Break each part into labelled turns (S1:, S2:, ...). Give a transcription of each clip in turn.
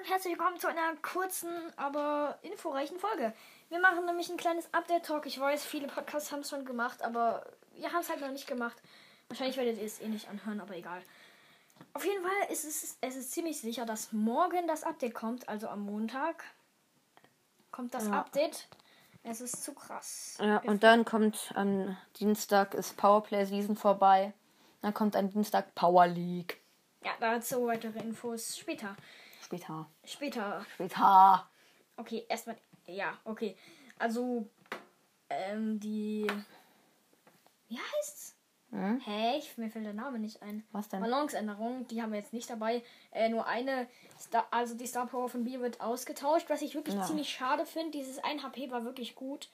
S1: und herzlich willkommen zu einer kurzen, aber inforeichen Folge. Wir machen nämlich ein kleines Update-Talk. Ich weiß, viele Podcasts haben es schon gemacht, aber wir haben es halt noch nicht gemacht. Wahrscheinlich werdet ihr es eh nicht anhören, aber egal. Auf jeden Fall ist es, es ist ziemlich sicher, dass morgen das Update kommt, also am Montag kommt das
S2: Ja.
S1: Update. Es ist zu krass.
S2: Ja, und dann kommt am Dienstag ist Powerplay Season vorbei. Dann kommt am Dienstag Power League.
S1: Ja, dazu weitere Infos später.
S2: Später.
S1: Später.
S2: Später.
S1: Okay, erstmal. Ja, okay. Also, ähm, die. Wie heißt's?
S2: Hm?
S1: Hä? Ich, mir fällt der Name nicht ein.
S2: Was denn?
S1: Balanceänderung, die haben wir jetzt nicht dabei. Äh, nur eine, Star also die Star Power von Bier wird ausgetauscht, was ich wirklich
S2: Ja.
S1: ziemlich schade finde. Dieses 1 HP war wirklich gut.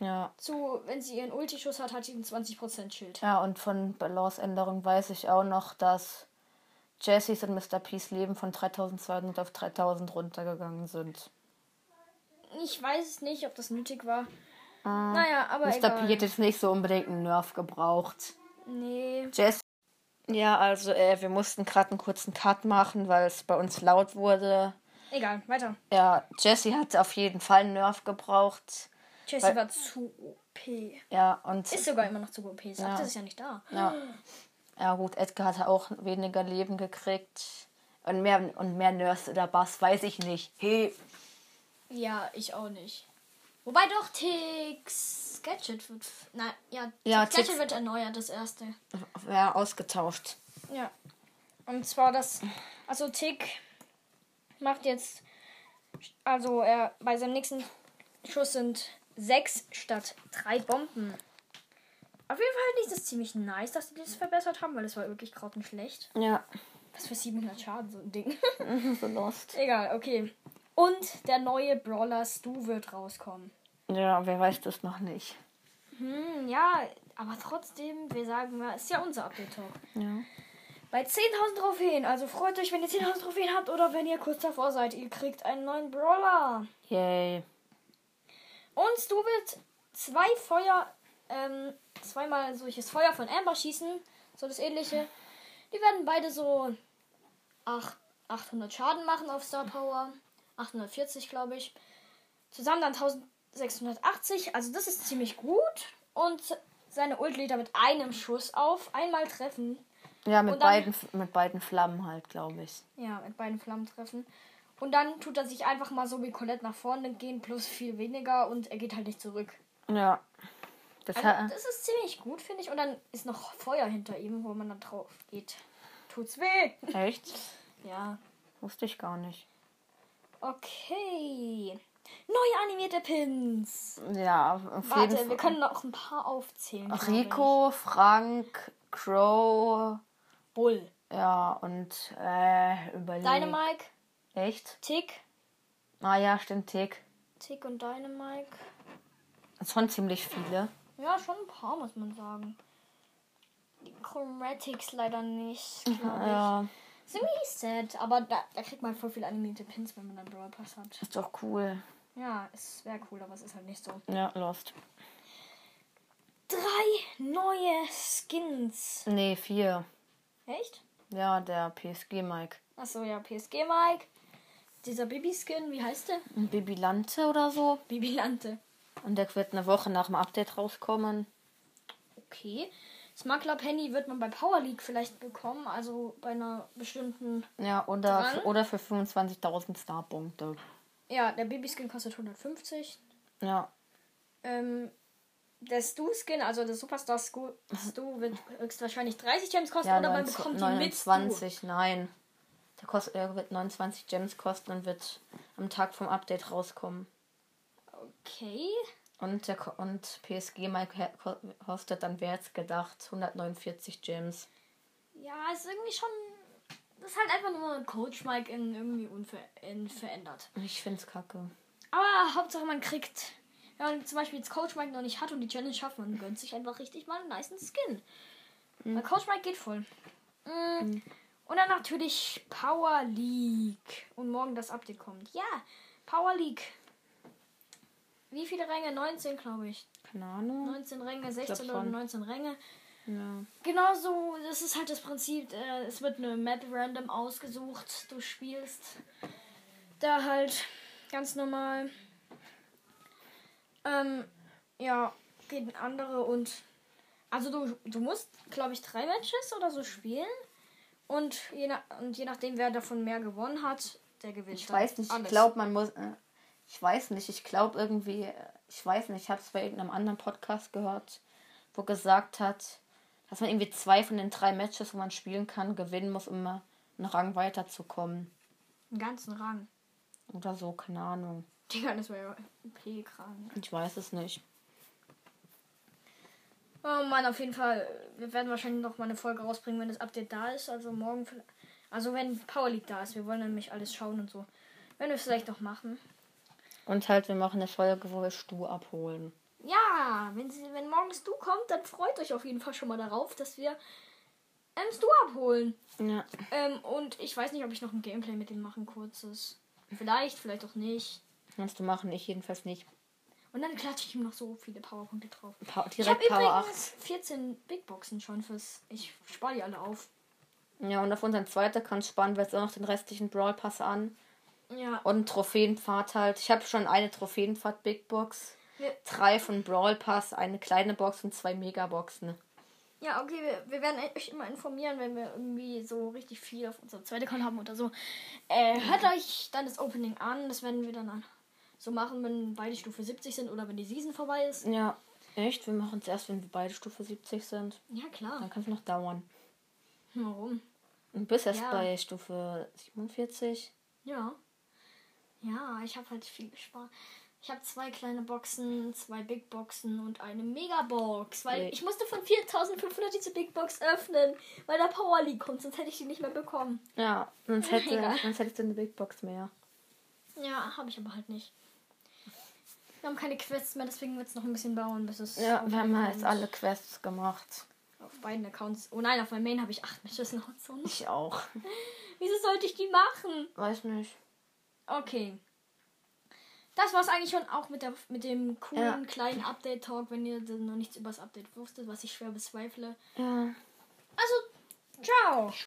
S2: Ja.
S1: Zu, wenn sie ihren Ulti-Schuss hat, hat sie einen 20% Schild.
S2: Ja, und von Balanceänderung weiß ich auch noch, dass Jessys und Mr. P's Leben von 3200 auf 3000 runtergegangen sind.
S1: Ich weiß es nicht, ob das nötig war.
S2: Äh,
S1: Naja, aber
S2: Mr. P
S1: egal.
S2: hätte jetzt nicht so unbedingt einen Nerv gebraucht.
S1: Nee.
S2: Jess. Ja, also äh, wir mussten gerade einen kurzen Cut machen, weil es bei uns laut wurde.
S1: Egal, weiter.
S2: Ja, Jessie hat auf jeden Fall einen Nerv gebraucht.
S1: Jessie
S2: Weil-
S1: war zu OP.
S2: Ja, und
S1: Ist sogar immer noch zu OP. Sagt,
S2: Ja.
S1: das ist ja nicht da.
S2: ja. ja gut, Edgar hat auch weniger Leben gekriegt. Und mehr und mehr Nurse oder Bass, weiß ich nicht. Hey.
S1: Ja, ich auch nicht. Wobei doch Tix Gadget wird. f- Nein, ja,
S2: Ja,
S1: Tix Gadget
S2: Tix-
S1: wird erneuert, das erste.
S2: Ja, ausgetauscht.
S1: Ja. Und zwar das. Also Tick macht jetzt. Also er bei seinem nächsten Schuss sind sechs statt drei Bomben. Auf jeden Fall finde ich das ziemlich nice, dass die das verbessert haben, weil es war wirklich grottenschlecht.
S2: Ja.
S1: Was für 700 Schaden, so ein Ding. also
S2: so lost.
S1: Egal, okay. Und der neue Brawler Stu wird rauskommen.
S2: Ja, wer weiß das noch nicht.
S1: Hm, ja, aber trotzdem, wir sagen mal, ist ja unser Update-Talk.
S2: Ja.
S1: Bei 10.000 Trophäen, also freut euch, wenn ihr 10.000 Trophäen habt oder wenn ihr kurz davor seid, ihr kriegt einen neuen Brawler.
S2: Yay.
S1: Und Stu wird zwei Feuer, ähm, zweimal solches Feuer von Amber schießen, so das ähnliche. Die werden beide so acht- 800 Schaden machen auf Star Power. 840, glaube ich. Zusammen dann 1680, also das ist ziemlich gut. Und seine Ult lädt er mit einem Schuss auf, einmal treffen.
S2: Ja,
S1: Und
S2: mit
S1: dann-
S2: beiden, mit beiden Flammen halt, glaube ich.
S1: Ja, mit beiden Flammen treffen. Und dann tut er sich einfach mal so wie Colette nach vorne gehen, plus viel weniger und er geht halt nicht zurück.
S2: Ja. Das
S1: Also,
S2: hat,
S1: das ist ziemlich gut, finde ich. Und dann ist noch Feuer hinter ihm, wo man dann drauf geht. Tut's weh.
S2: echt?
S1: Ja.
S2: Wusste ich gar nicht.
S1: Okay. Neue animierte Pins.
S2: Ja, auf jeden
S1: Warte,
S2: Fall.
S1: wir können noch ein paar aufzählen. glaub
S2: Rico, Frank, Crow,
S1: ich. Bull.
S2: ja, und äh, überlegen.
S1: Dynamike,
S2: Echt?
S1: Tick.
S2: Ah ja, stimmt, Tick.
S1: Tick und Dynamike.
S2: Das waren ziemlich viele.
S1: Ja, schon ein paar, muss man sagen. Die Chromatics leider nicht, glaube ich.
S2: Ja,
S1: Ziemlich sad, aber da, da kriegt man voll viele animierte Pins, wenn man dann Brawl Pass hat.
S2: ist doch cool.
S1: Ja, es wäre cool, aber es ist halt nicht so.
S2: Ja, Lost.
S1: Drei neue Skins.
S2: Nee, vier.
S1: Echt?
S2: Ja, der PSG-Mike.
S1: Achso, ja, PSG Mike. Dieser Bibi-Skin, wie heißt der?
S2: Ein Bibilante oder so.
S1: Bibilante.
S2: Und der wird eine Woche nach dem Update rauskommen.
S1: Okay. Smuggler Penny wird man bei Power League vielleicht bekommen, also bei einer bestimmten.
S2: Ja, oder,
S1: Dran?
S2: oder für 25.000 Starpunkte.
S1: Ja, der Bibi-Skin kostet 150.
S2: Ja,
S1: Ähm, der Stu-Skin, also der Superstar Stu, Stu wird höchstwahrscheinlich 30 Gems kosten
S2: ja
S1: oder man
S2: 19
S1: bekommt die mit Stu.
S2: 29, nein. Der, kostet, der wird 29 Gems kosten und wird am Tag vom Update rauskommen.
S1: Okay.
S2: Und, der, Ko- und PSG Mike ko- kostet dann, wer jetzt gedacht, 149 Gems.
S1: Ja, ist irgendwie schon. Das ist halt einfach nur Coach Mike in irgendwie unver in verändert.
S2: Ich find's kacke.
S1: Aber Hauptsache man kriegt. Wenn man zum Beispiel jetzt Coach Mike noch nicht hat und die Challenge schafft, man gönnt sich einfach richtig mal einen niceen Skin. Weil Coach Mike geht voll. Mhm. Und dann natürlich Power League. Und morgen das Update kommt. Ja, Power League. Wie viele Ränge? 19, glaube ich.
S2: Keine Ahnung.
S1: 19 Ränge, 16 oder
S2: schon.
S1: 19 Ränge.
S2: Ja.
S1: Genauso, das ist halt das Prinzip, äh, es wird eine Map random ausgesucht, du spielst Da halt ganz normal. Ähm, ja, gegen andere und. Also du, du musst, glaube ich, drei Matches oder so spielen. Und je, nach, und je nachdem, wer davon mehr gewonnen hat, der gewinnt.
S2: Ich weiß nicht, ich glaube, man muss. äh, Ich weiß nicht, ich glaube irgendwie. äh, Ich weiß nicht, ich habe es bei irgendeinem anderen Podcast gehört, wo gesagt hat, dass man irgendwie zwei von den drei Matches, wo man spielen kann, gewinnen muss, um mal einen Rang weiterzukommen.
S1: Den ganzen Rang.
S2: Oder so, keine Ahnung.
S1: Digga, das wäre ja ein Pflegekran.
S2: Ich weiß es nicht.
S1: Oh Mann, auf jeden Fall. Wir werden wahrscheinlich noch mal eine Folge rausbringen, wenn das Update da ist. Also morgen. vielleicht- Also wenn Power League da ist. Wir wollen nämlich alles schauen und so. Wenn wir es vielleicht noch machen.
S2: Und halt, wir machen eine Folge, wo wir Stu abholen.
S1: Ja, wenn, sie, wenn morgens du kommt, dann freut euch auf jeden Fall schon mal darauf, dass wir ähm, Stu abholen.
S2: Ja.
S1: Ähm, und ich weiß nicht, ob ich noch ein Gameplay mit dem machen, kurzes. Vielleicht, vielleicht auch nicht.
S2: Kannst du machen, ich jedenfalls nicht.
S1: Und dann klatsche ich ihm noch so viele Powerpunkte drauf.
S2: Pa
S1: Ich habe
S2: direkt Power 8.
S1: übrigens 14 Big Boxen schon fürs. Ich spare die alle auf.
S2: Ja, und auf unseren zweiten Account sparen wir jetzt auch noch den restlichen Brawl Pass an.
S1: Ja,
S2: Und einen Trophäenpfad halt. Ich habe schon eine Trophäenpfad Big Box.
S1: wir,
S2: Drei von Brawl Pass, eine kleine Box und zwei Megaboxen.
S1: ja okay, wir, wir werden euch immer informieren, wenn wir irgendwie so richtig viel auf unserem zweiten Account haben oder so. Äh, hört euch dann das Opening an. Das werden wir dann an- so machen, wenn beide Stufe 70 sind oder wenn die Season vorbei ist.
S2: Ja, echt? Wir machen es erst, wenn wir beide Stufe 70 sind.
S1: Ja,
S2: Dann
S1: klar.
S2: kann es noch dauern.
S1: Warum?
S2: Und bis erst
S1: Ja.
S2: bei Stufe 47.
S1: Ja. Ja, ich habe halt viel gespart. Ich habe zwei kleine Boxen, zwei Big Boxen und eine Megabox, weil
S2: Nee.
S1: ich musste von 4500 diese Big Box öffnen, weil da Power League kommt, sonst hätte ich die nicht mehr bekommen.
S2: Ja, sonst, hätte,
S1: Egal.
S2: sonst hättest du eine Big Box mehr.
S1: Ja, habe ich aber halt nicht. Wir haben keine Quests mehr, deswegen wird es noch ein bisschen bauen, bis es
S2: Ja,
S1: auf-
S2: wir haben ja jetzt alle Quests gemacht.
S1: auf beiden Accounts. Oh nein, auf meinem Main habe ich acht Matches noch so.
S2: Ich auch.
S1: Wieso sollte ich die machen?
S2: Weiß nicht.
S1: Okay. Das war's eigentlich schon auch mit, der, mit dem coolen
S2: Ja.
S1: kleinen Update-Talk, wenn ihr denn noch nichts über das Update wusstet, was ich schwer bezweifle.
S2: Ja.
S1: Also, ciao!